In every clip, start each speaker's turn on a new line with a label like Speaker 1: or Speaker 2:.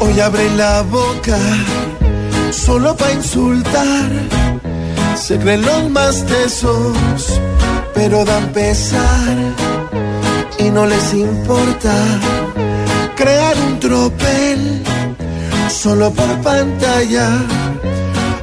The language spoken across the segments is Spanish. Speaker 1: Hoy abre la boca solo para insultar. Se creen los más tesos, pero dan pesar y no les importa crear un tropel solo por pantalla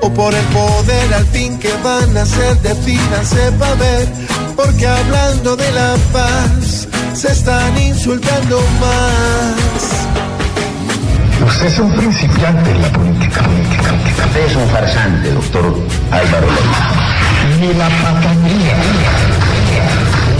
Speaker 1: o por el poder al fin que van a hacer defínanse para ver porque hablando de la paz se están insultando más
Speaker 2: Usted Pues es un principiante en la política, política, política. Usted es un farsante, doctor Álvaro López. Ni la patanería,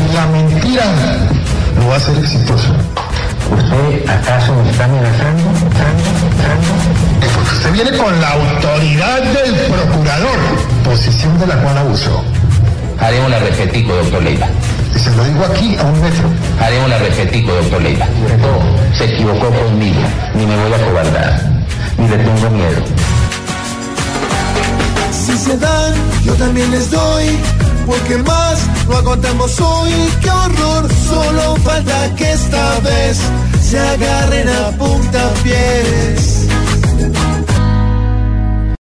Speaker 2: ni la mentira lo va a hacer exitoso. ¿Usted acaso me está amenazando? ¿Amenazando? ¿Amenazando? Eh, Porque usted viene con la autoridad del procurador, posición de la cual abusó. Haremos la repetico, doctor Leiva. Y se lo digo aquí, a un metro. Haremos la repetico, doctor Leiva. No, se equivocó conmigo. Ni me voy a cobardar. Ni le tengo miedo.
Speaker 1: Si se dan, yo también les doy. Porque más lo agotamos hoy. ¡Qué horror! Solo falta que esta vez se agarren a puntapiés.